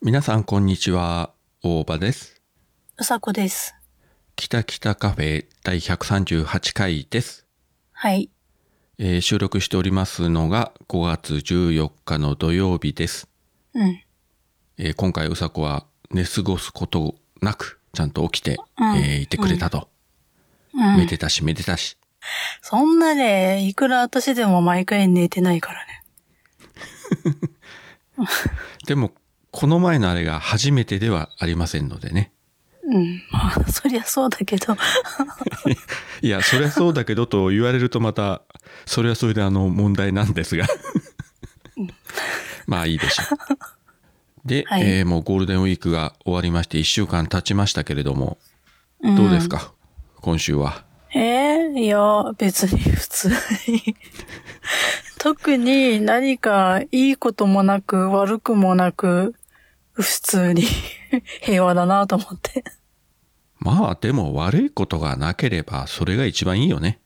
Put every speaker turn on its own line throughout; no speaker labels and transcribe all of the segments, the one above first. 皆さんこんにちは大場です
うさこです。
北北カフェ第138回です、
はい。
えー収録しておりますのが5月14日の土曜日です、
うん。
えー今回うさこは寝過ごすことなくちゃんと起きて、
うん
えーいてくれたと、
う
め
ん。
でたしめでたし
そんなね、いくら私でも毎回寝てないからね。
でもこの前のあれが初めてではありませんのでね
うん。まあ、 そりゃそうだけど。
いやそりゃそうだけどと言われるとまたそれはそれであの問題なんですがまあいいでしょうで、
はい
えーもうゴールデンウィークが終わりまして1週間経ちましたけれども
うん
どうですか、今週は
えーいや、別に普通に。 特に何かいいこともなく、悪くもなく、普通に 平和だなと思って。
まあでも悪いことがなければそれが一番いいよね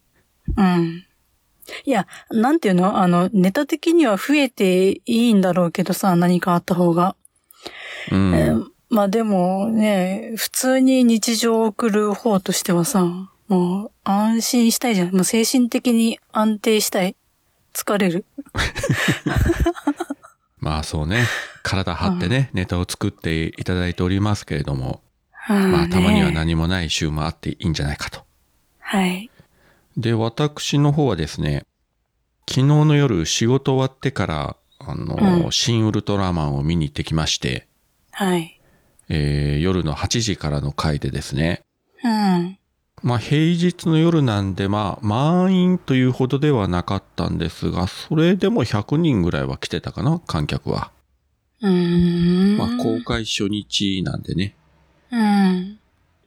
うん。いや、なんていうのあの、ネタ的には増えていいんだろうけどさ、何かあった方が。
うん、
えーまあでもね、普通に日常を送る方としてはさ、もう安心したいじゃん。もう精神的に安定したい。疲れる。
まあそうね体張ってね、ネタを作っていただいておりますけれども
ま
まあたまには何もない週もあっていいんじゃないかと
はい。
で、私の方はですね、昨日の夜仕事終わってから、あの、
うん
新ウルトラマンを見に行ってきまして、
はい。
えー夜の8時からの回でですね、
うん。
まあ平日の夜なんで、まあ満員というほどではなかったんですが、それでも100人ぐらいは来てたかな、観客は。
うーん。
まあ公開初日なんでね、
うん。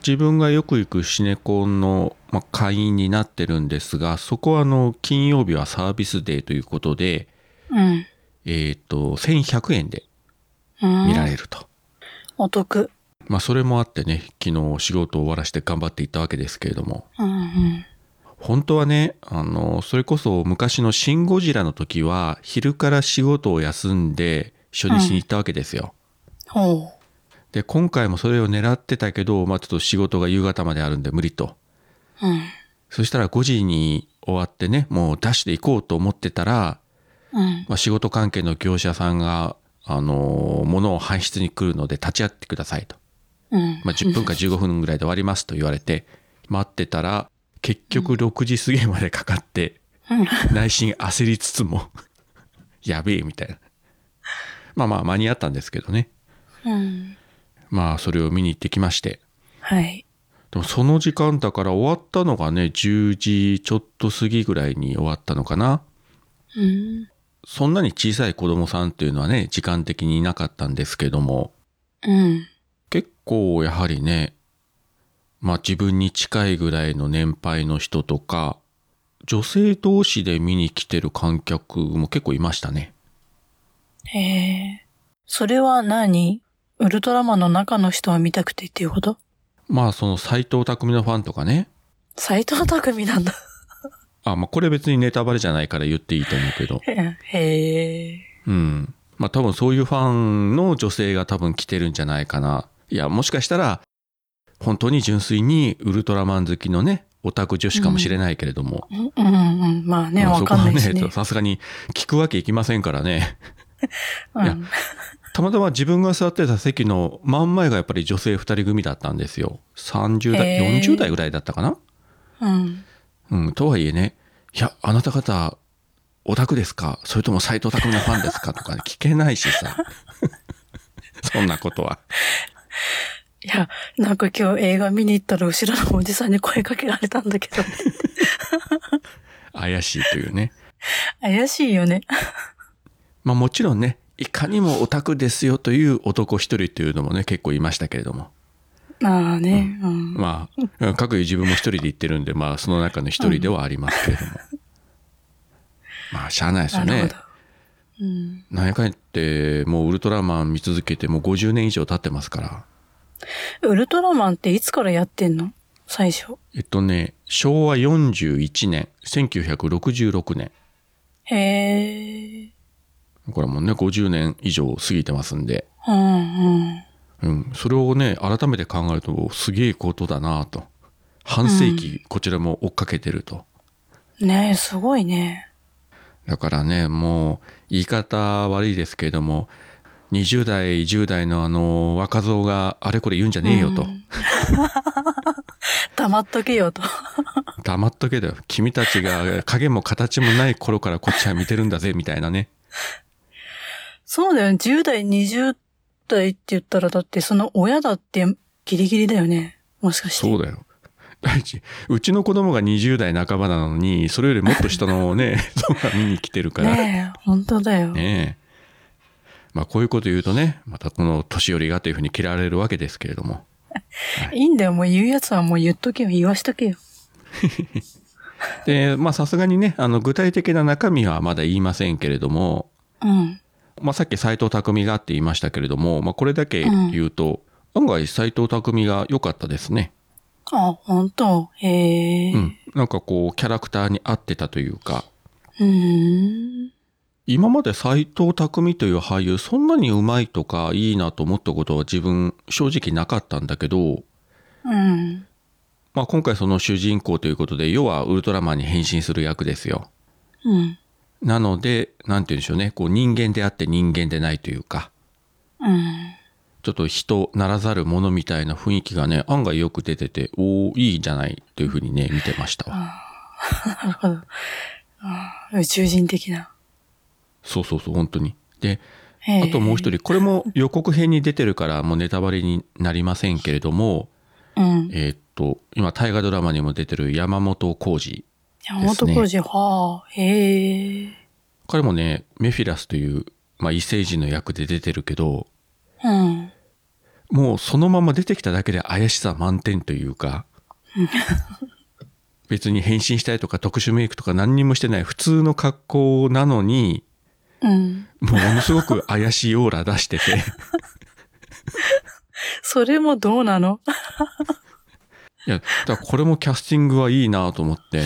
自分がよく行くシネコンの、まあ、会員になってるんですが、そこはあの、金曜日はサービスデーということで、
うん。
えっ、と、1100円で
うん。
見られると。
お得。
まあ、それもあってね、昨日仕事を終わらして頑張っていったわけですけれども、
うんうん。
本当はね、あの、それこそ昔のシン・ゴジラの時は、昼から仕事を休んで、初日に行ったわけですよ。
ほ
で、今回もそれを狙ってたけど、まあ、ちょっと仕事が夕方まであるんで無理と。
う。うん。
そしたら5時に終わってね、もうダッシュで行こうと思ってたら、
うん。
まあ、仕事関係の業者さんが、あの、物を搬出に来るので立ち会ってくださいと。
うん。
まあ、10分か15分ぐらいで終わりますと言われて待ってたら結局6時過ぎまでかかって
うん。
内心焦りつつも やべえみたいなまあまあ間に合ったんですけどね
うん。
まあそれを見に行ってきまして
はい。
でもその時間だから終わったのがね10時ちょっと過ぎぐらいに終わったのかな
うん。
そんなに小さい子供さんっていうのはね時間的にいなかったんですけども
うん。
結構やはりね、まあ自分に近いぐらいの年配の人とか、女性同士で見に来てる観客も結構いましたね。
へえ。それは何ウルトラマンの中の人を見たくてっていうこと
まあその斎藤匠のファンとかね。
斎藤匠なんだ。
あ、まあこれ別にネタバレじゃないから言っていいと思うけど。
へえ。
うん。まあ多分そういうファンの女性が多分来てるんじゃないかな。いや、もしかしたら、本当に純粋にウルトラマン好きのね、オタク女子かもしれないけれども。
うんうんうん。まあね、
まあ
わ
そこ
かん
は
ないしね。
ね、さすがに聞くわけいきませんからね。
うん、
いやたまたま自分が座ってた席の真ん前がやっぱり女性2人組だったんですよ30代、
へー
40代ぐらいだったかな
うん。
うんとはいえね「いやあなた方オタクですかそれとも斎藤匠のファンですか?」と かね聞けないしさ そんなことはい
や、なんか今日映画見に行ったら後ろのおじさんに声かけられたんだけど、
怪しいというね
怪しいよね。
まあもちろんねいかにもオタクですよという男一人というのもね結構いましたけれども
ああね。うん。
まあ各自分も一人で行ってるんでまあその中の一人ではありますけれど も、まあしゃあないですよ
なるほ
ね
ど。うん。
なんやかんやって、もうウルトラマン見続けてもう50年以上経ってますから。
ウルトラマンっていつからやってんの最初。
えっとね、昭和41年、1966年。
へえ。
これはもうね、50年以上過ぎてますんで。
ううんうん。
うん、それをね改めて考えるとすげえことだなと半世紀こちらも追っかけてると、
ねえ、すごいね。
だからねもう言い方悪いですけれども20代10代のあの若造があれこれ言うんじゃねえよと、
うん 黙っとけよと。
黙っとけだよ君たちが影も形もない頃からこっちは見てるんだぜみたいなね
そうだよね。10代、20代って言ったら、だってその親だってギリギリだよね。もしかして。
そうだよ第一うちの子供が20代半ばなのにそれよりもっと下のね 人が見に来てるから
ねえ、本当だよ。
ねえ。まあこういうこと言うとね、またこの年寄りがというふうに嫌われるわけですけれども。
いいんだよ。もう言うやつはもう言っとけよ。言わしとけよ。
で、まあさすがにね、あの具体的な中身はまだ言いませんけれども、
うん。
まあさっき斎藤匠がって言いましたけれども、まあこれだけ言うと、案外斎藤匠が良かったですね。
あ、本当へえ。
うん。なんかこうキャラクターに合ってたというか、
うーん。
今まで斎藤匠という俳優そんなにうまいとかいいなと思ったことは自分正直なかったんだけど、
うん。
まあ、今回その主人公ということで要はウルトラマンに変身する役ですよ
うん。
なのでなんて言うんでしょうねこう人間であって人間でないというか
うん。
ちょっと人ならざるものみたいな雰囲気がね案外よく出てておおいいじゃないというふうにね見てましたわ
なるほど。あ宇宙人的な。
そうそうそう本当にで
へ
あ
え
ともう一人これも予告編に出てるからもうネタバレになりませんけれども
うん。
えーっと今大河ドラマにも出てる山本浩二
山本浩二、はあ、へえ。
彼もねメフィラスという、まあ、異星人の役で出てるけど
うん。
もうそのまま出てきただけで怪しさ満点という か、別に変身したりとか特殊メイクとか何にもしてない普通の格好なのに、
うん。
もうものすごく怪しいオーラ出して て、
それもどうなの
いや、だからこれもキャスティングはいいなと思って、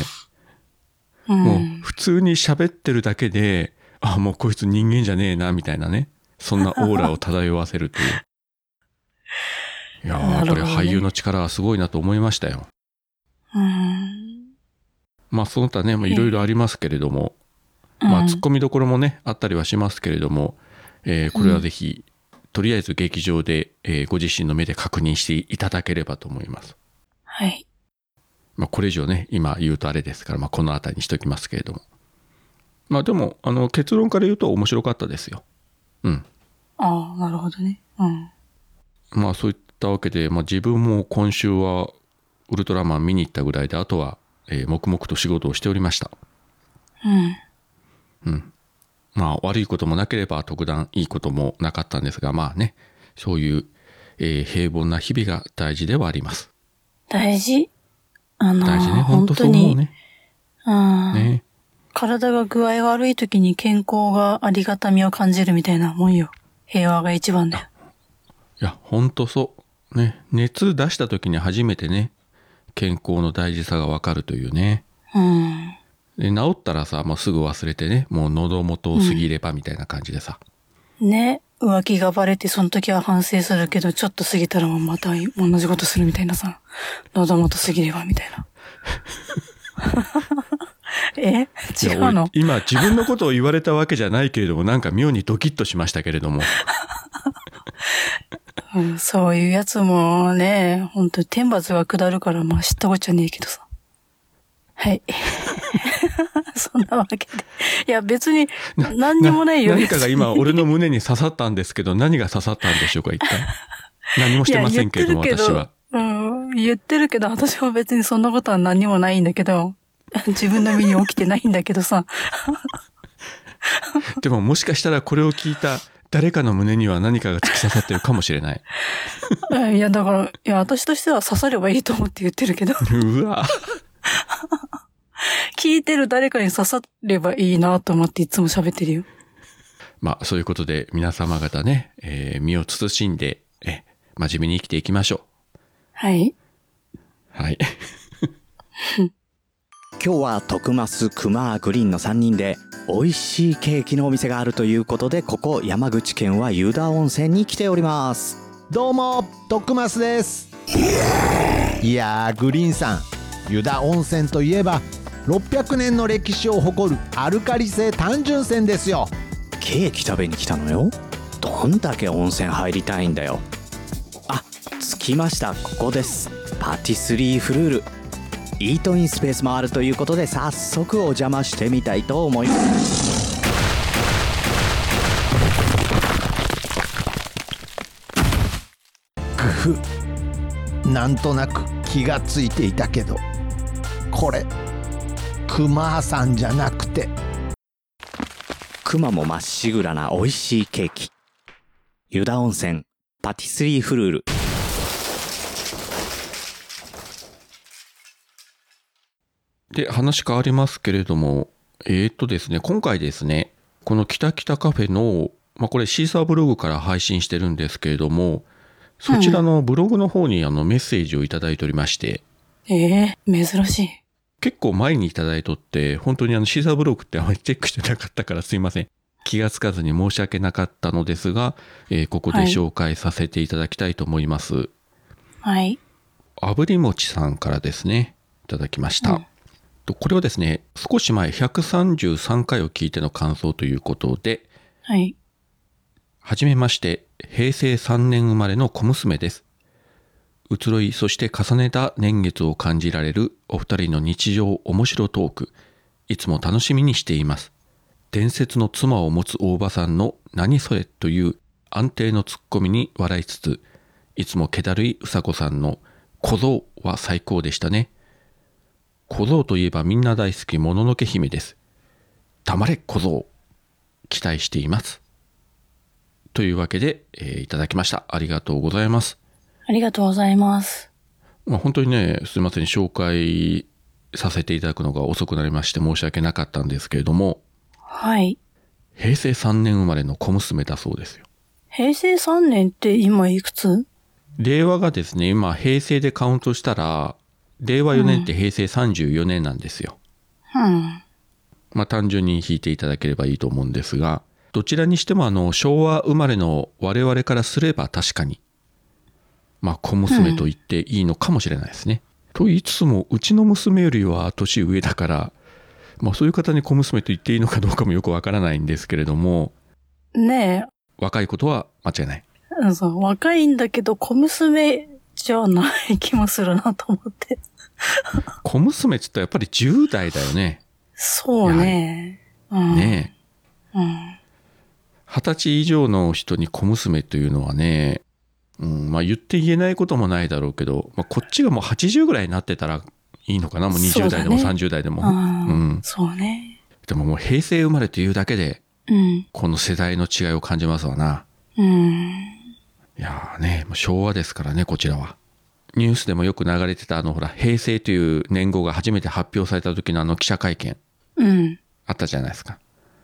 う。
もうん普通に喋ってるだけで、あ、もうこいつ人間じゃねえな、みたいなね。そんなオーラを漂わせるという。いや
な
ー、こ
るほ
れ
どね
俳優の力はすごいなと思いましたよ。
うん。
まあその他ね、まあいろいろありますけれども、まあ、
うん
突っ込みどころもね、あったりはしますけれども、えーこれはぜひ、とりあえず劇場で、えーご自身の目で確認していただければと思います。
はい。
まあ、これ以上ね、今言うとあれですから、まあ、このあたりにしときますけれども。まあ、でも、あの、結論から言うと面白かったですよ。うん。
ああ、なるほどね。うん。
まあ、そういったわけで、まあ、自分も今週は、ウルトラマン見に行ったぐらいで、あとは、えー黙々と仕事をしておりました。
うん。
まあ悪いこともなければ特段いいこともなかったんですがまあねそういう、えー平凡な日々が大事ではあります
大事。あのー
大事ね本
本
当
当
そう思う
に、
ね
うん
ね
体が具合悪い時に健康がありがたみを感じるみたいなもんよ。平和が一番だよ。
いや本当そうね熱出した時に初めてね健康の大事さがわかるというね
うん。
で治ったらさもうすぐ忘れてねもう喉元を過ぎればみたいな感じでさ、
ね。浮気がバレて、その時は反省するけど、ちょっと過ぎたらもうまた同じことするみたいなさ。喉元過ぎればみた いな。え
いや
違うの
俺今自分のことを言われたわけじゃないけれどもなんか妙にドキッとしましたけれども
うん、そういうやつもね、ほんと天罰が下るから、まあ知ったことじゃねえけどさ。はい。 そんなわけで。いや、別に 何にもないよ。
な何かが今
別に
俺の胸に刺さったんです けど、何が刺さったんでしょうか、一体。何もしてませんけれども、
いや
私は。。
うん、言ってるけど、私は別にそんなことは何もないんだけど、 自分の身に起きてないんだけどさ。
でももしかしたらこれを聞いた誰かの胸には何かが突き刺さってるかもしれない。
うんいや、だから、いや、私としては刺さればいいと思って言ってるけど、
うわ
聞いてる誰かに刺さればいいなと思っていつも喋ってるよ。
まあ、そういうことで皆様方ね、えー身を慎んで、え、真面目に生きていきましょ
はい。
う。はい。
今日は徳マスクマーグリーンの3人で美味しいケーキのお店があるということでここ山口県は湯田温泉に来ております
どうもトックマスですいやーグリーンさん湯田温泉といえば600年の歴史を誇るアルカリ性単純泉ですよ
ケーキ食べに来たのよどんだけ温泉入りたいんだよあ着きましたここですパティスリーフルールイートインスペースもあるということで早速お邪魔してみたいと思います
グフなんとなく気がついていたけどこれクマさんじゃなくて
熊もまっしぐらな美味しいケーキ湯田温泉パティスリーフルール
で話変わりますけれどもえー、っとですね今回ですねこの「きたきたカフェの」まあ、これシーサーブログから配信してるんですけれどもそちらのブログの方にあのメッセージをいただいておりまして、
ええ珍しい。
結構前にいただいとって本当にあのシーサーブログってあまりチェックしてなかったからすいません気がつかずに申し訳なかったのですが、えーここで
はい
紹介させていただきたいと思います、
はい。
炙り餅さんからですねいただきました、
うん
とこれはですね少し前133回を聞いての感想ということで
はい。
はじめまして平成3年生まれの小娘です移ろいそして重ねた年月を感じられるお二人の日常面白トークいつも楽しみにしています伝説の妻を持つ大場さんの「何それ」という安定のツッコミに笑いつついつも気だるいうさこさんの「小僧」は最高でしたね小僧といえばみんな大好きもののけ姫です黙れ小僧期待していますというわけで、えーいただきましたありがとうございます
ありがとうございます。
まあ、本当にねすいません紹介させていただくのが遅くなりまして申し訳なかったんですけれども
はい。
平成3年生まれの小娘だそうですよ
平成3年って今いくつ
令和がですね今平成でカウントしたら令和4年って平成34年なんですよ、
うん。
まあ単純に引いていただければいいと思うんですがどちらにしてもあの昭和生まれの我々からすれば確かにまあ小娘と言っていいのかもしれないですね。と言いつつもうちの娘よりは年上だから、まあ、そういう方に小娘と言っていいのかどうかもよくわからないんですけれども
ね
若いことは間違いない。
えうん、そう、若いんだけど、小娘じゃない気もするなと思って。
小娘っつったらやっぱり10代だよね。
そうね。うん。
ねえ。
うん。
二十歳以上の人に小娘というのはね、うん、まあ言って言えないこともないだろうけど、まあ、こっちがもう80ぐらいになってたらいいのかなもう
そう
20
だ
代
ね
でも30代でも、
あー
うん
そうね。
でももう平成生まれというだけで
うん。
この世代の違いを感じますわな
うん。
いやーねもう昭和ですからねこちらはニュースでもよく流れてたあのほら平成という年号が初めて発表された時のあの記者会見
うん。
あったじゃないですか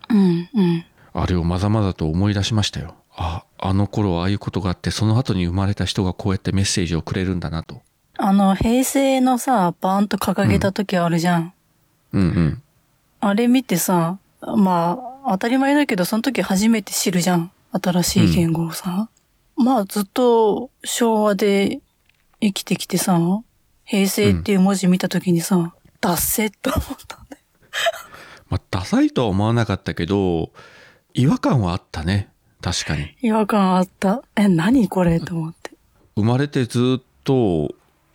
うん。うん。
あれをまざまざと思い出しましたよ。あ、あの頃ああいうことがあって、その後に生まれた人がこうやってメッセージをくれるんだなと。
あの、平成のさ、バーンと掲げた時あるじゃん。
うんうん。
あれ見てさ、まあ、当たり前だけど、その時初めて知るじゃん。新しい言語をさ。まあ、ずっと昭和で生きてきてさ、平成っていう文字見た時にさ、脱せって思った んだよ。
まあ、ダサいとは思わなかったけど、違和感はあったね。確かに。
違和感あった。え、何これと思って。
生まれてずっと、も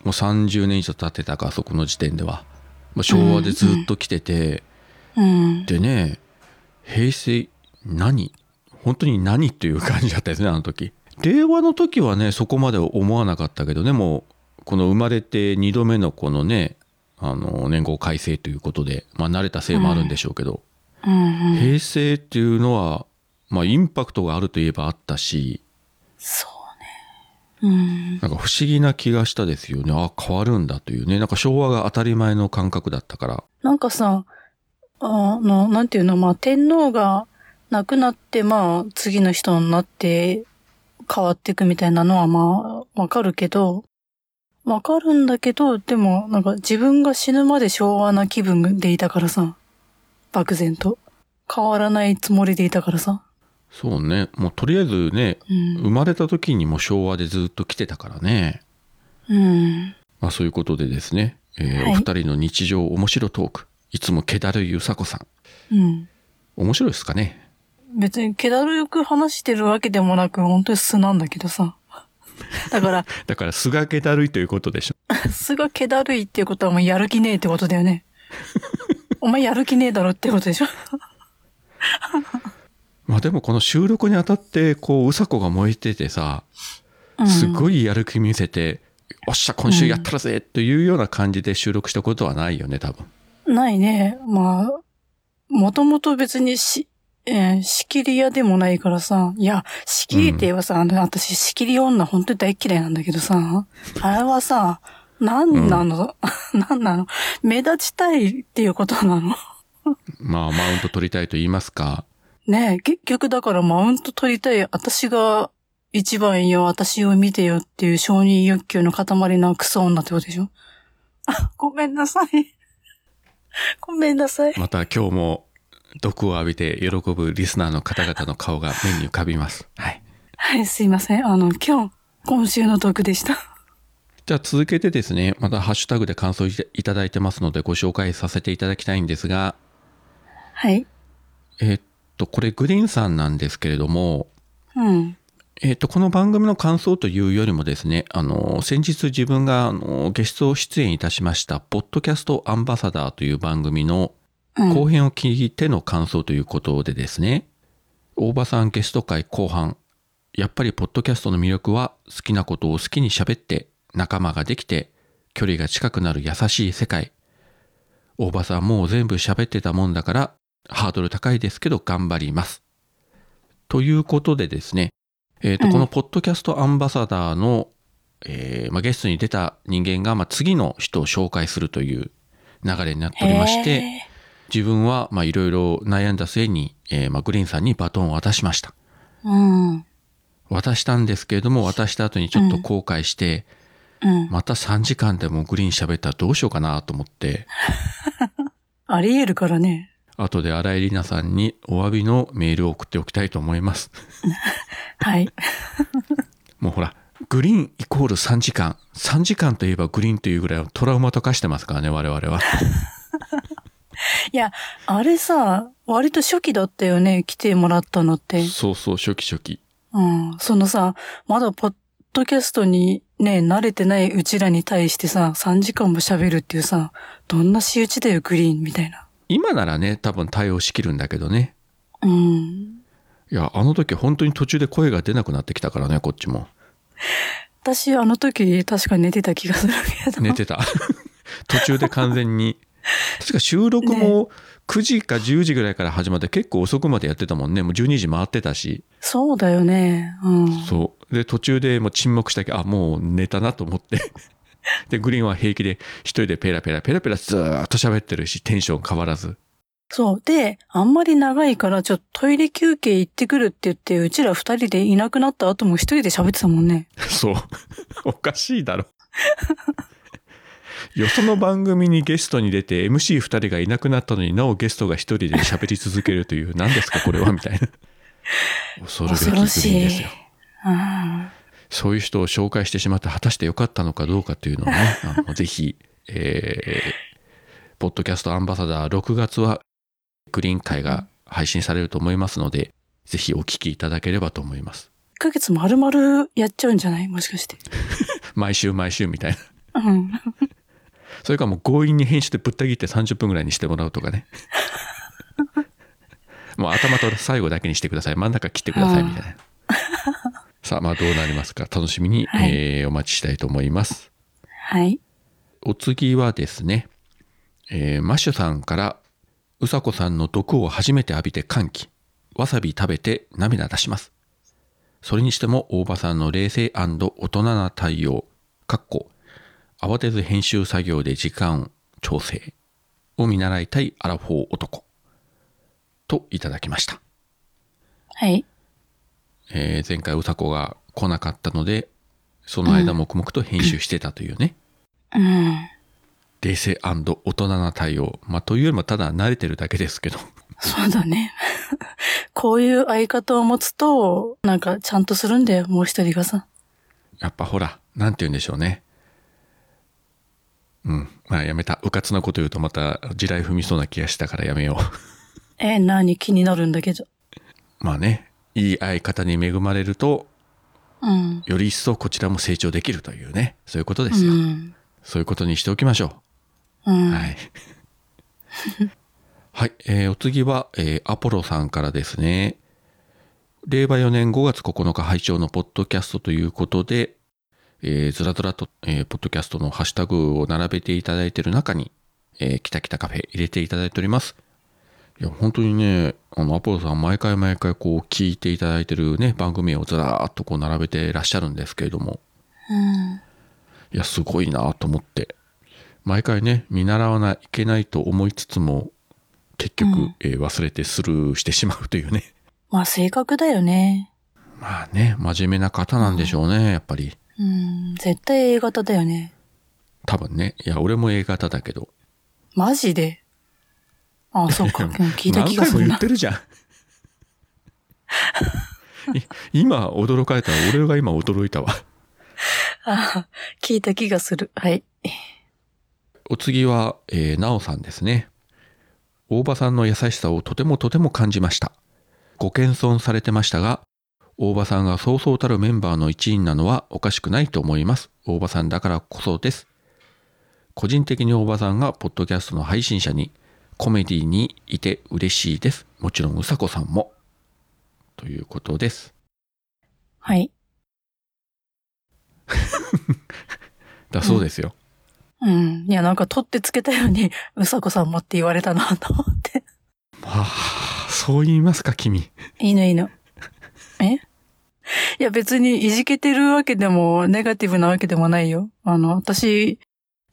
う30年以上経ってたか、そこの時点では。まあ、昭和でずっと来てて、
うん。
でね、平成、何本当に何っていう感じだったですね、あの時。令和の時はね、そこまで思わなかったけどね、もう、この生まれて2度目のこのね、あの、年号改正ということで、まあ慣れたせいもあるんでしょうけど、
うんうん。
平成っていうのは、まあインパクトがあるといえばあったし、
そうね。
なんか不思議な気がしたですよね。あ変わるんだというね。なんか昭和が当たり前の感覚だったから。
うん。なんかさ、あの、なんていうの、まあ、天皇が亡くなって、まあ、次の人になって、変わっていくみたいなのはまあ、わかるけど、わかるんだけど、でもなんか自分が死ぬまで昭和な気分でいたからさ、漠然と。変わらないつもりでいたからさ。
そうね。もうとりあえずね、
うん。
生まれた時にも昭和でずっと来てたからね。
うん。
まあそういうことでですね、えー
はい
お二人の日常面白トーク、いつも気だるいゆさこさん。
うん。
面白いですかね
別に気だるく話してるわけでもなく、本当に素なんだけどさ。だから、
だから素が気だるいということでしょ。
素が気だるいっていうことはもうやる気ねえってことだ よね。お前やる気ねえだろってことでしょ
まあでもこの収録にあたって、こう、うさこが燃えててさ、
うん
すごいやる気見せて、おっしゃ、今週やったらぜというような感じで収録したことはないよね、多分。
ないね。まあ、もともと別にし、えー仕切り屋でもないからさ。いや、仕切りって言えばさ、あの、私仕切り女本当に大嫌いなんだけど さ。あれはさ、なんなの、 なんなの目立ちたいっていうことなの
まあ、マウント取りたいと言いますか。
ねえ、結局だからマウント取りたい、私が一番よ、私を見てよっていう承認欲求の塊のクソ女ってことでしょあ、 ごめんな さい。ごめんなさい。
また今日も毒を浴びて喜ぶリスナーの方々の顔が目に浮かびます。はい。
はい、すいません。あの、今日、今週の毒でした。
じゃあ続けてですね、またハッシュタグで感想いただいてますのでご紹介させていただきたいんですが、
はい。
えっと、これグリーンさんなんですけれども、
うん。
えっと、この番組の感想というよりもですね、あの、先日自分が、あの、ゲスト出演いたしました、ポッドキャストアンバサダーという番組の
うん。
後編を聞いての感想ということでですね、大場さんゲスト会後半、やっぱりポッドキャストの魅力は好きなことを好きに喋って仲間ができて距離が近くなる優しい世界。大場さんもう全部喋ってたもんだからハードル高いですけど頑張ります。ということでですね、えーと
うん
このポッドキャストアンバサダーの、えーまあ、ゲストに出た人間が、まあ、次の人を紹介するという流れになっておりまして、
へ
自分はまあいろいろ悩んだ末に、えーまあグリーンさんにバトンを渡しました。
ー。うん。
渡したんですけれども渡した後にちょっと後悔して、
うん。
また3時間でもグリーン喋ったらどうしようかなと思って
あり得るからね。
後で新井里奈さんにお詫びのメールを送っておきたいと思います。
はい。
もうほらグリーンイコール3時間3時間といえばグリーンというぐらいのトラウマと化してますからね我々は。
いや、あれさ、割と初期だったよね、来てもらったのって。
そうそう初期初期。
うん。そのさ、まだポッドキャストにね、慣れてないうちらに対してさ、3時間も喋るっていうさ、どんな仕打ちだよ、グリーン、みたいな。
今ならね多分対応しきるんだけどね。
うん。
いやあの時本当に途中で声が出なくなってきたからねこっちも。
私、あの時、確か寝てた気がするけど。
寝てた 途中で完全に確か収録も9時か10時ぐらいから始まって結構遅くまでやってたもんねもう12時回ってたし
そうだよね。うん。
そうで途中でもう沈黙したけどあもう寝たなと思って でグリーンは平気で一人でペラペラペラペラずーっと喋ってるしテンション変わらず
そう。で、あんまり長いから、ちょっとトイレ休憩行ってくるって言って、うちら二人でいなくなった後も一人で喋ってたもんね。
そう おかしいだろよその番組にゲストに出て m c 二人がいなくなったのになおゲストが一人で喋り続けるという何ですかこれはみたいな恐るべき
恐ろし
国
い。
で
う
すよ
ん。
そういう人を紹介してしまって果たしてよかったのかどうかというのをねあのぜひ、えーポッドキャストアンバサダー6月はグリーン会が配信されると思いますのでぜひお聞きいただければと思います
1ヶ月丸々やっちゃうんじゃないもしかして。
毎週毎週みたいな
うん。
それかもう強引に編集でぶった切って30分ぐらいにしてもらうとか ねもう頭と最後だけにしてください真ん中切ってくださいみたいなさあまあどうなりますか楽しみに、
はい
えーお待ちしたいと思います
はい。
お次はですね、えーマッシュさんからうさこさんの毒を初めて浴びて歓喜わさび食べて涙出しますそれにしても大場さんの冷静大人な対応かっこ慌てず編集作業で時間調整を見習いたいアラフォー男といただきました、
はい。
えー前回うさこが来なかったのでその間黙々と編集してたというね、
うん。
冷静大人な対応、まあ、というよりもただ慣れてるだけですけど
そうだね。 こういう相方を持つと、なんかちゃんとするんだよ、もう一人がさ。
やっぱほら、なんて言うんでしょうね。うん。まあやめた。うかつなこと言うとまた地雷踏みそうな気がしたからやめよ
え、何気になるんだけど。
う。 まあね、いい相方に恵まれると、
うん。
より一層こちらも成長できるというね、そういうことで
う
すよ。
ん。
そういうことにしておきましょ
うん。
う。はい。はい。えーお次は、えーアポロさんからですね。令和4年5月9日配聴のポッドキャストということで、えーずらずらと、えーポッドキャストのハッシュタグを並べていただいている中に、えー、キタキタカフェ入れていただいております。いや、本当にね、あの、アポロさん毎回毎回こう聞いていただいてるね、番組をずらーっとこう並べてらっしゃるんですけれども、
うん。
いや、すごいなと思って。毎回ね、見習わないけないと思いつつも、結局、
うん
えー忘れてスルーしてしまうというね。
まあ、性格だよね。
まあね、真面目な方なんでしょうね、やっぱり。
うん。絶対 A 型だよね。
多分ね。いや、俺も A 型だけど。
マジで。 あそうか。うん聞いた気が
何回
す
も
る
言っ
な。
てるじゃん。い今、驚かれたら、俺が今驚いたわ。
あ聞いた気がする。はい。
お次は、えー、なおさんですね。大場さんの優しさをとてもとても感じました。ご謙遜されてましたが、大場さんがそうそうたるメンバーの一員なのはおかしくないと思います。大場さんだからこそです。個人的に大場さんがポッドキャストの配信者に、コメディにいて嬉しいです。もちろんうさこさんも。ということです。
はい。
だそうですよ。
うん。いや、なんか取ってつけたように、うさこさんもって言われたなと思って。
まあ、そう言いますか、君。
いいのいいの。えい や、別にいじけてるわけでも、ネガティブなわけでもないよ。あの、私、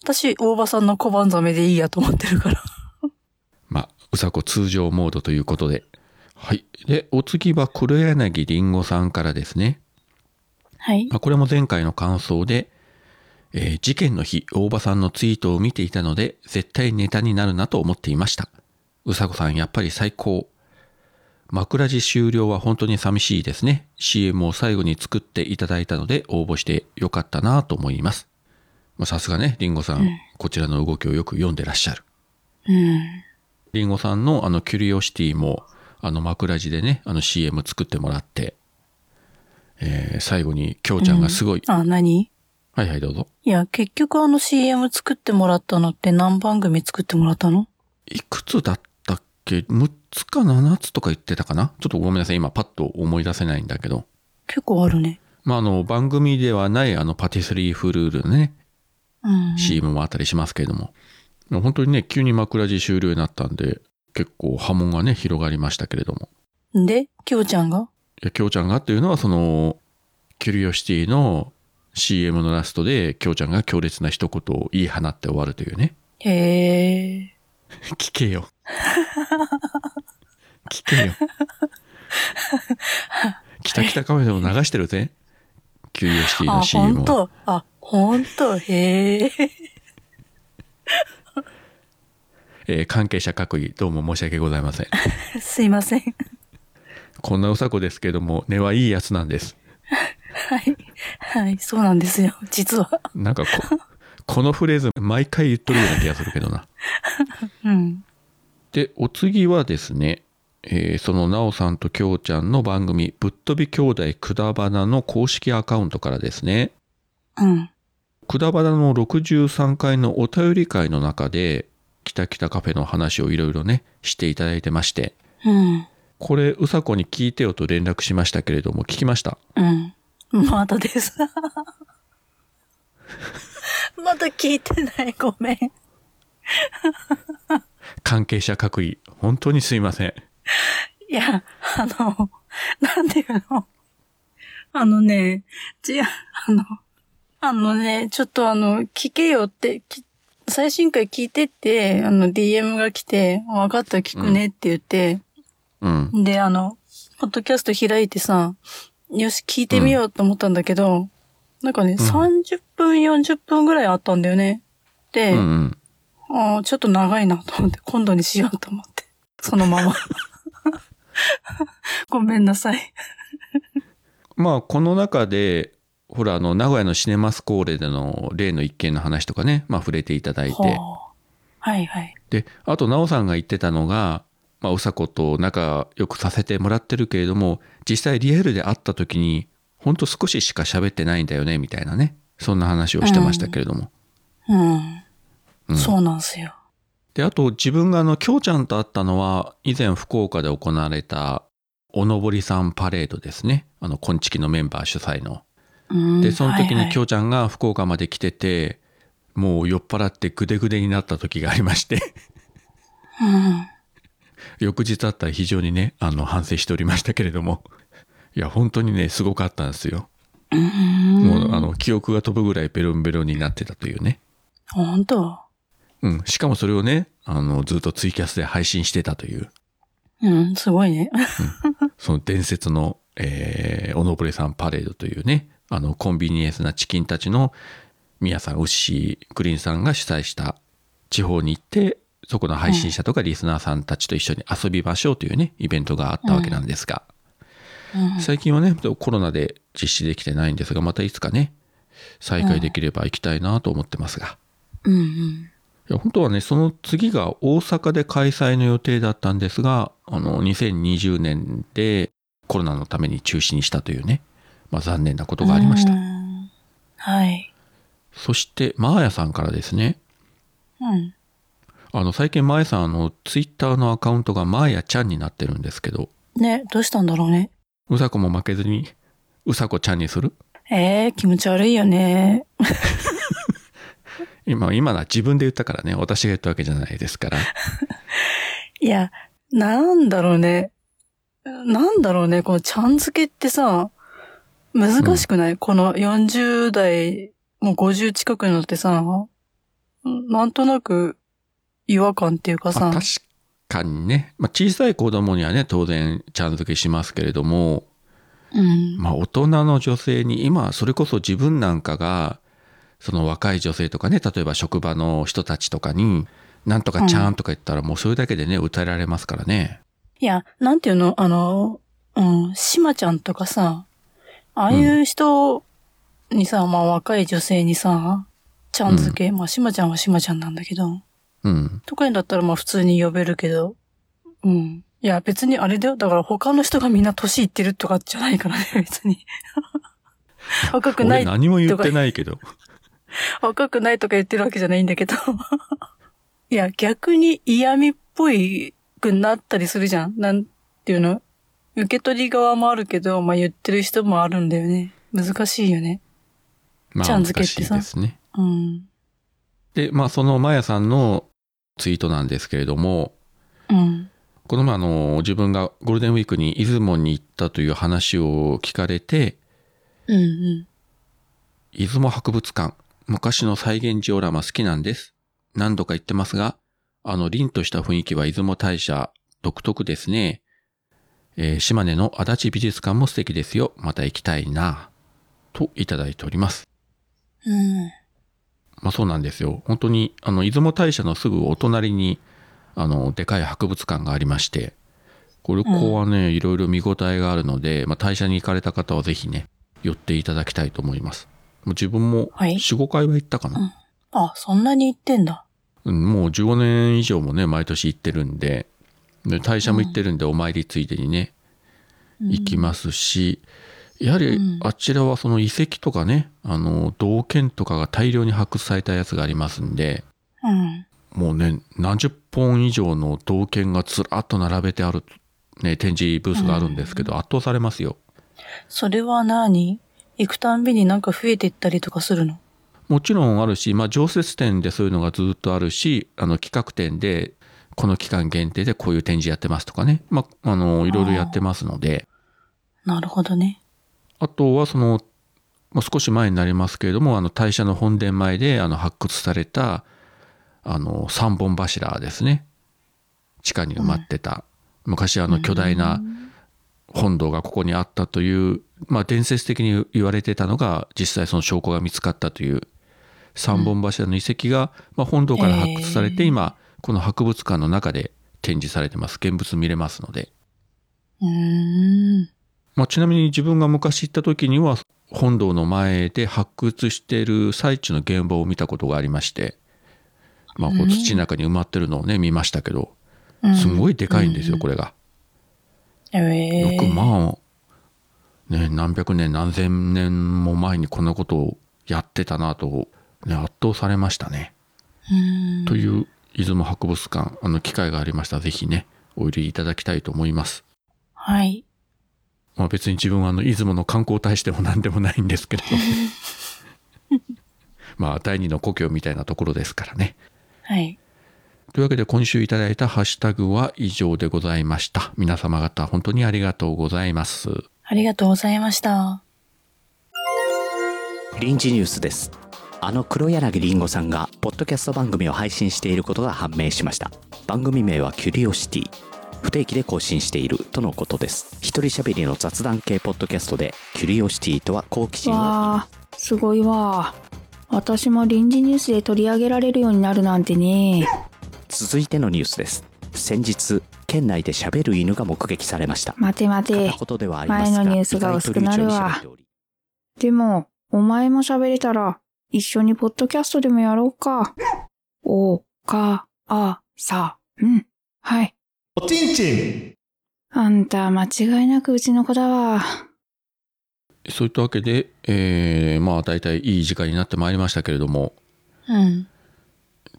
私、大場さんの小判ザメでいいやと思ってるから。
まあ、うさこ通常モードということで。はい。で、お次は黒柳りんごさんからですね。
はい。
まあ、これも前回の感想で、えー事件の日、大場さんのツイートを見ていたので、絶対ネタになるなと思っていました。うさこさん、やっぱり最高。枕地終了は本当に寂しいですね。CM を最後に作っていただいたので、応募してよかったなと思います。まあさすがね、りんごさん、こちらの動きをよく読んでらっしゃる。
うん。
リンゴさんのあのキュリオシティもあの枕地でねあの CM 作ってもらって、えー最後にきょうちゃんがすごい、
あ、何
はいはいどうぞ
いや、結局あの CM 作ってもらったのって何番組作ってもらったの
いくつだったっけ6つか7つとか言ってたかなちょっとごめんなさい今パッと思い出せないんだけど、
結構あるね。
まあ、あの番組ではないあのパティスリーフルールね
うん。
CM もあったりしますけれども、でも本当にね急に枕地終了になったんで結構波紋がね広がりましたけれども
で、きょうちゃんが
いや、きょうちゃんがっていうのは、その、キュリオシティの CM のラストで、きょうちゃんが強烈な一言を言い放って終わるというね。
へえ。
聞け よ。聞けよ。きたきたカフェでも流してるぜ。キュリオシティ
あ、
の
ほ
CM
ん
を。
と。あ、ほんと。へえ。
えー関係者各位、どうも申し訳ございません。
すいません。
こんなうさこですけども、根はいいやつなんです。
はい。はい、そうなんですよ。実は。
なんかこ、このフレーズ、毎回言っとるような気がするけどな。
うん。
で、お次はですね、えーそのなおさんときょうちゃんの番組、ぶっ飛び兄弟くだばなの公式アカウントからですね、
うん。
くだばなの63回のお便り会の中で、きたきたカフェの話をいろいろね、していただいてまして、
うん。
これ、うさこに聞いてよと連絡しましたけれども、聞きました。
うん。まだです。まだ聞いてない。ごめん。
関係者各位、本当にすいません。
いや、あの、なんていうのあのね、じゃ、あの、あのね、ちょっとあの、聞けよって、き最新回聞いてって、あの、DM が来て、わかった、聞くねって言って、
うん。
で、あの、ポッドキャスト開いてさ、よし、聞いてみようと思ったんだけど、なんかね、30分、40分ぐらいあったんだよね。で、
うんうん。
ああ、ちょっと長いなと思って、今度にしようと思って。そのまま。 ごめんなさい。
まあこの中でほらあの名古屋のシネマスコーレでの例の一件の話とかね、まあ、触れていただいて
はあはいはい。
であと奈緒さんが言ってたのが、まあ、うさこと仲良くさせてもらってるけれども実際リアルで会った時にほんと少ししか喋ってないんだよねみたいなねそんな話をしてましたけれども、
うん。
うん
そうなんですよ。
であと自分があのきょうちゃんと会ったのは以前福岡で行われたおのぼりさんパレードですねあの昆虫のメンバー主催の
うん
でその時
はい
に
はい
きょうちゃんが福岡まで来ててもう酔っ払ってグデグデになった時がありまして
うん
翌日あったら非常にねあの反省しておりましたけれども いや本当にねすごかったんですよ、
うん。
もうあの記憶が飛ぶぐらいベロンベロンになってたというね、
本当
うん、しかもそれをねあのずっとツイキャスで配信してたという
うん、すごいね。
その伝説の、えーおのぼれさんパレードというねあのコンビニエンスなチキンたちのミヤさんウッシーグリーンさんが主催した地方に行ってそこの配信者とかリスナーさんたちと一緒に遊びましょうというねイベントがあったわけなんですが、
うん
最近はねコロナで実施できてないんですがまたいつかね再開できれば行きたいなと思ってますが、
うんうん。
いや本当はねその次が大阪で開催の予定だったんですがあの2020年でコロナのために中止にしたというね、まあ、残念な ことがありました、
うんはい。
そしてマーヤさんからですね
うん。
あの最近マーヤさんあのツイッターのアカウントがマーヤちゃんになってるんですけど
ね、どうしたんだろうね。
うさこも負けずにうさこちゃんにする
えー、気持ち悪いよね。
今今のは自分で言ったからね私が言ったわけじゃないですから
いや、なんだろうね。なんだろうね、このちゃん付けってさ、難しくない、この40代、もう50近くになってさ、なんとなく違和感っていうか
ま
さ
あ、確かにね、まあ、小さい子供にはね当然ちゃん付けしますけれども
うん。
まあ、大人の女性に今それこそ自分なんかがその若い女性とかね例えば職場の人たちとかに「なんとかちゃん」とか言ったらもうそれだけでね歌えられますからね。
いや、なんていうの、あの、うん、しまちゃんとかさ、ああいう人にさ、まあ若い女性にさ、ちゃん付け、まあしまちゃんはしまちゃんなんだけど、
うん、
とかにだったらまあ普通に呼べるけど、うん。いや、別にあれだよ。だから他の人がみんな年いってるとかじゃないからね、 別 に。若くな
俺
い、
何も言ってないけど
若くないとか言ってるわけじゃないんだけど。 いや、逆に嫌味っぽいくなったりするじゃん。なんていうの受け取り側もあるけど、まあ言ってる人もあるんだよね。難しいよね。
まあ
ちゃん
難
付けっ
してい
さ
ですね。
うん。
でまあそのまやさんのツイートなんですけれども
うん。
この前あの自分がゴールデンウィークに出雲に行ったという話を聞かれて
うんうん。
出雲博物館、昔の再現ジオラマ好きなんです。何度か言ってますが、あの凛とした雰囲気は出雲大社独特ですね。えー島根の足立美術館も素敵ですよ。また行きたいな。といただいております。
うん。
まあそうなんですよ。本当に、あの、出雲大社のすぐお隣に、あの、でかい博物館がありまして、これ、ここはね、いろいろ見応えがあるので、まあ、大社に行かれた方はぜひね、寄っていただきたいと思います。もう自分も
はい
4、5回は行ったかな。
あ、そんなに言ってんだ。
うん、もう15年以上もね毎年行ってるんでで大社も行ってるんでお参りついでにね、
うん
行きますしやはり
うん
あちらはその遺跡とかねあの銅剣とかが大量に発掘されたやつがありますんで
うん。
もうね何十本以上の銅剣がずらっと並べてある、ね、展示ブースがあるんですけど、圧倒されますよ
それは何行くたんびになんか増えていったりとかするの
もちろんあるし、まあ、常設展でそういうのがずっとあるしあの企画展でこの期間限定でこういう展示やってますとかね、まあ、あのいろいろやってますので
なるほどね。
あとはその、まあ、少し前になりますけれどもあの大社の本殿前であの発掘されたあの三本柱ですね地下に埋まってた、昔あの巨大な本堂がここにあったという、まあ、伝説的に言われてたのが実際その証拠が見つかったという三本柱の遺跡が、まあ、本堂から発掘されて今この博物館の中で展示されてます。現物見れますので。
うーん。
まあ、ちなみに自分が昔行った時には本堂の前で発掘している最中の現場を見たことがありまして、まあ、こ
う
うん土の中に埋まってるのをね見ましたけど
うん
すごいでかいんですよこれが。
え
よ
え
くまあ、ね、何百年何千年も前にこんなことをやってたなと、ね、圧倒されましたね。
うん
という出雲博物館あの機会がありましたらぜひねお入りいただきたいと思います。
はい。
まあ、別に自分はあの出雲の観光大使でも何でもないんですけれどまあ第二の故郷みたいなところですからね。
はい。
というわけで今週いただいたハッシュタグは以上でございました。皆様方本当にありがとうございます。
ありがとうございました。
臨時ニュースですあの黒柳りんごさんがポッドキャスト番組を配信していることが判明しました番組名はキュリオシティ不定期で更新しているとのことです一人喋りの雑談系ポッドキャストでキュリオシティとは好奇心を
わあすごいわ私も臨時ニュースで取り上げられるようになるなんてね
続いてのニュースです先日県内で喋る犬が目撃されました
待て待て
片言ではありますが
前のニュースが薄くなるわ
意外と流暢に喋っており
でもお前も喋れたら一緒にポッドキャストでもやろうかおかあさうんはい
おちんちん
あんた間違いなくうちの子だわ
そういったわけで、えー、まあ大体いい時間になってまいりましたけれども、
うん。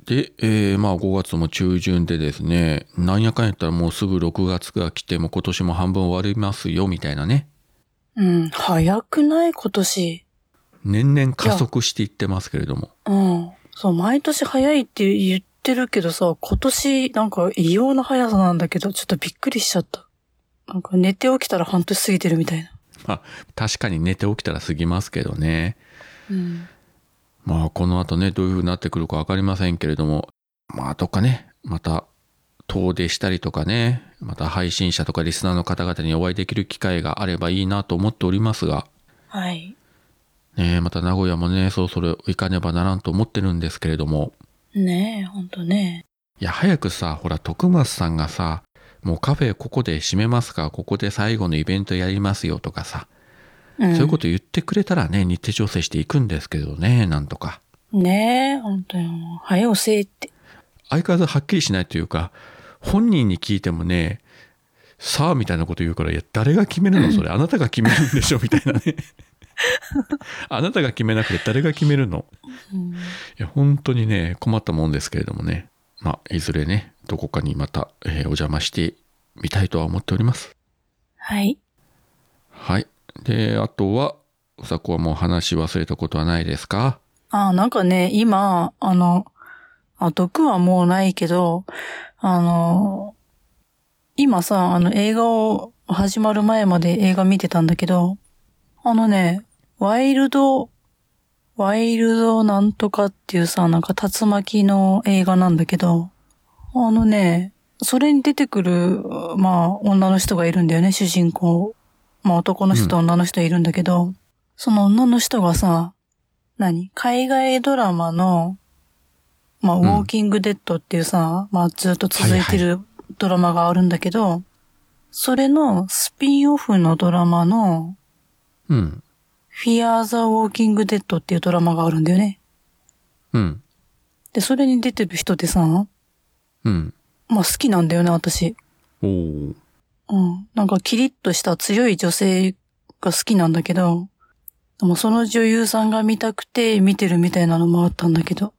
で、えー、まあ5月も中旬でですね、なんやかんやったらもうすぐ6月が来て、もう今年も半分終わりますよみたいなね、
うん。早くない今年。
年々加速していってますけれども。
うん。そう、毎年早いって言ってるけどさ、今年なんか異様な速さなんだけど、ちょっとびっくりしちゃった。なんか寝て起きたら半年過ぎてるみたいな。
確かに寝て起きたら過ぎますけどね。
うん。
まあこの後ね、どういう風になってくるかわかりませんけれども、まあどっかね、また遠出したりとかね、また配信者とかリスナーの方々にお会いできる機会があればいいなと思っておりますが、
はい。
ねえ、また名古屋もね、そろそろ行かねばならんと思ってるんですけれども、
ねえ、ほんとね。
いや、早くさ、ほら、徳松さんがさ、もうカフェここで閉めますか、ここで最後のイベントやりますよとかさ、
う
そ
ん。
ういうこと言ってくれたらね、日程調整していくんですけどね、なんとか。
ねえ、ほんとよ。早うせえって。
相変わらずはっきりしないというか、本人に聞いてもね、さあみたいなこと言うから、いや、誰が決めるのそれ、あなたが決めるんでしょみたいな ね。あなたが決めなくて誰が決めるの
うん
いや、本当にね、困ったもんですけれどもね。まあ、いずれね、どこかにまた、えーお邪魔してみたいとは思っております。
はい。
はい。で、あとは、うさこはもう話し忘れたことはないですか
あ、なんかね、今、あの、あ、毒はもうないけど、あの、今さ、あの映画を始まる前まで映画見てたんだけど、あのね、ワイルド、ワイルドなんとかっていうさ、なんか竜巻の映画なんだけど、あのね、それに出てくる、まあ、女の人がいるんだよね、主人公。まあ、男の人と女の人いるんだけど、その女の人がさ、何海外ドラマの、まあ、ウ
ん
ォーキングデッドっていうさ、まあ、ずっと続いてるドラマがあるんだけど、それのスピンオフのドラマの、
うん。
Fear the Walking Dead っていうドラマがあるんだよね。
うん。
で、それに出てる人ってさ、ま
うん。
あ好きなんだよね、私。
おー
うん。なんかキリッとした強い女性が好きなんだけど、でもその女優さんが見たくて見てるみたいなのもあったんだけど、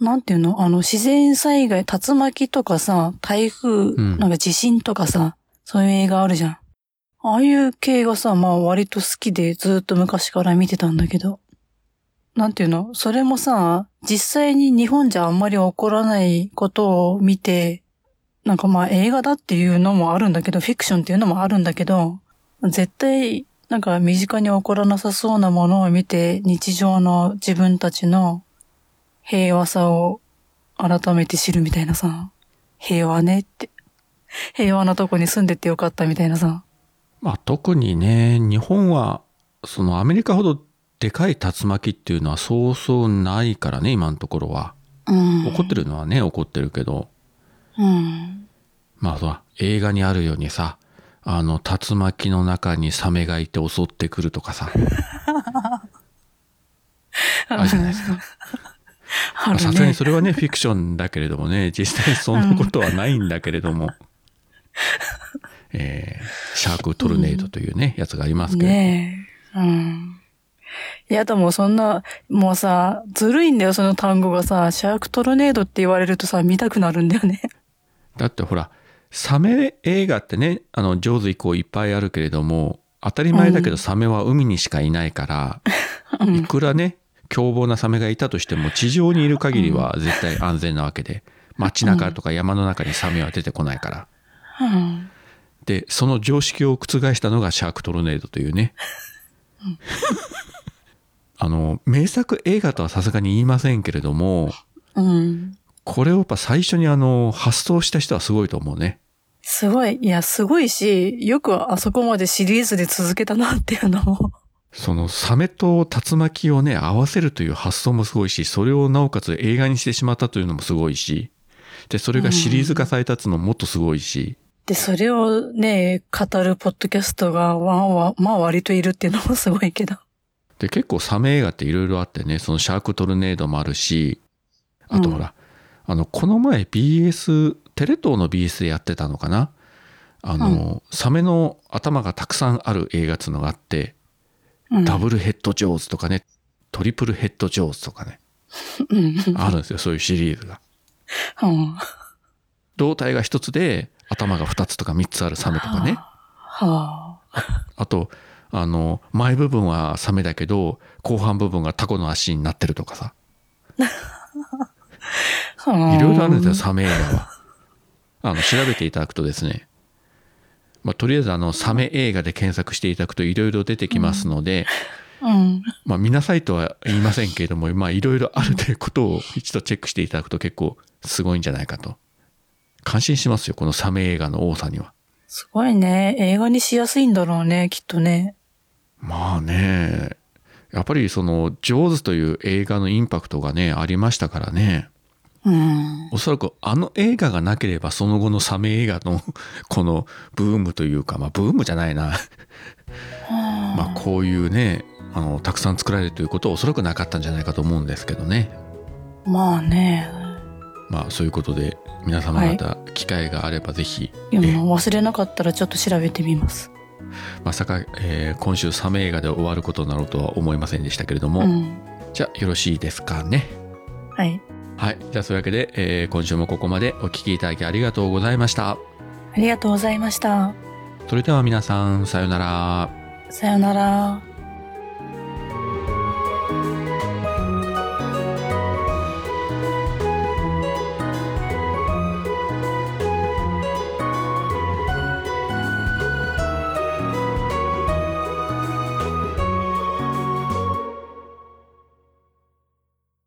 なんていうのあの、自然災害、竜巻とかさ、台風、
ん
なんか地震とかさ、そういう映画あるじゃん。ああいう系がさ、まあ割と好きでずっと昔から見てたんだけど、なんていうのそれもさ、実際に日本じゃあんまり起こらないことを見て、なんかまあ映画だっていうのもあるんだけど、フィクションっていうのもあるんだけど、絶対なんか身近に起こらなさそうなものを見て、日常の自分たちの平和さを改めて知るみたいなさ、平和ねって。平和なとこに住んでてよかったみたいなさ。
まあ、特にね、日本は、そのアメリカほどでかい竜巻っていうのはそうそうないからね、今のところは。
うん。
怒ってるのはね、怒ってるけど、
うん。
まあほら映画にあるようにさあの竜巻の中にサメがいて襲ってくると かさあるじゃないですか
あ
まあ
る
さすが
ね
に。それはねフィクションだけれども ね実際そんなことはないんだけれども、えーシャークトルネードというね、やつがありますけど、
ねえ。うん。いや、でもそんな、もうさ、ずるいんだよ、その単語がさ、シャークトルネードって言われるとさ、見たくなるんだよね。
だってほらサメ映画ってねあの上手以降いっぱいあるけれども当たり前だけどサメは海にしかいないから、
うん
いくらね凶暴なサメがいたとしても地上にいる限りは絶対安全なわけで街中とか山の中にサメは出てこないから。
うん。
でその常識を覆したのがシャークトルネードというね、あの名作映画とはさすがに言いませんけれども
うん。
これをやっぱ最初にあの発想した人はすごいと思うね
すごい、いや、すごいし、よくあそこまでシリーズで続けたなっていうのも。
そのサメと竜巻をね合わせるという発想もすごいしそれをなおかつ映画にしてしまったというのもすごいしでそれがシリーズ化されたっていうのももっとすごいし、
で、それをね、語るポッドキャストが、わんわ、まあ割といるっていうのもすごいけど。
で結構サメ映画っていろいろあってねそのシャークトルネードもあるしあとほら、あのこの前 BS テレ東の BS でやってたのかなあの、サメの頭がたくさんある映画っつうのがあって、
うん、
ダブルヘッドジョーズとかねトリプルヘッドジョーズとかね
うん。
あるんですよそういうシリーズが。
うん。
胴体が一つで頭が二つとか三つあるサメとかね
は
あとあの前部分はサメだけど後半部分がタコの足になってるとかさ
あ。うん
いろいろあるんですよ、サメ映画は。 あの、調べていただくとですね、まあ、とりあえずあの、サメ映画で検索していただくといろいろ出てきますので、
うん。
まあ、見なさいとは言いませんけれども、まあ、いろいろあるということを一度チェックしていただくと結構すごいんじゃないかと。感心しますよ、このサメ映画の多さには。
すごいね。映画にしやすいんだろうね、きっとね。
まあね、やっぱりその、ジョーズという映画のインパクトがね、ありましたからね。
うん。
おそらくあの映画がなければその後のサメ映画の このブームというかまあブームじゃないなまあこういうねあのたくさん作られるということはおそらくなかったんじゃないかと思うんですけどね
まあね。
まあそういうことで皆様方機会があればぜひ、
いや
え
もう忘れなかったらちょっと調べてみます。
まさか、えー今週サメ映画で終わることになろうとは思いませんでしたけれど
う
も、
ん。
じゃあよろしいですかね
はい。
はいじゃあそういうわけで、えー今週もここまでお聞きいただきありがとうございました
ありがとうございました。
それでは皆さんさようなら
さよなら。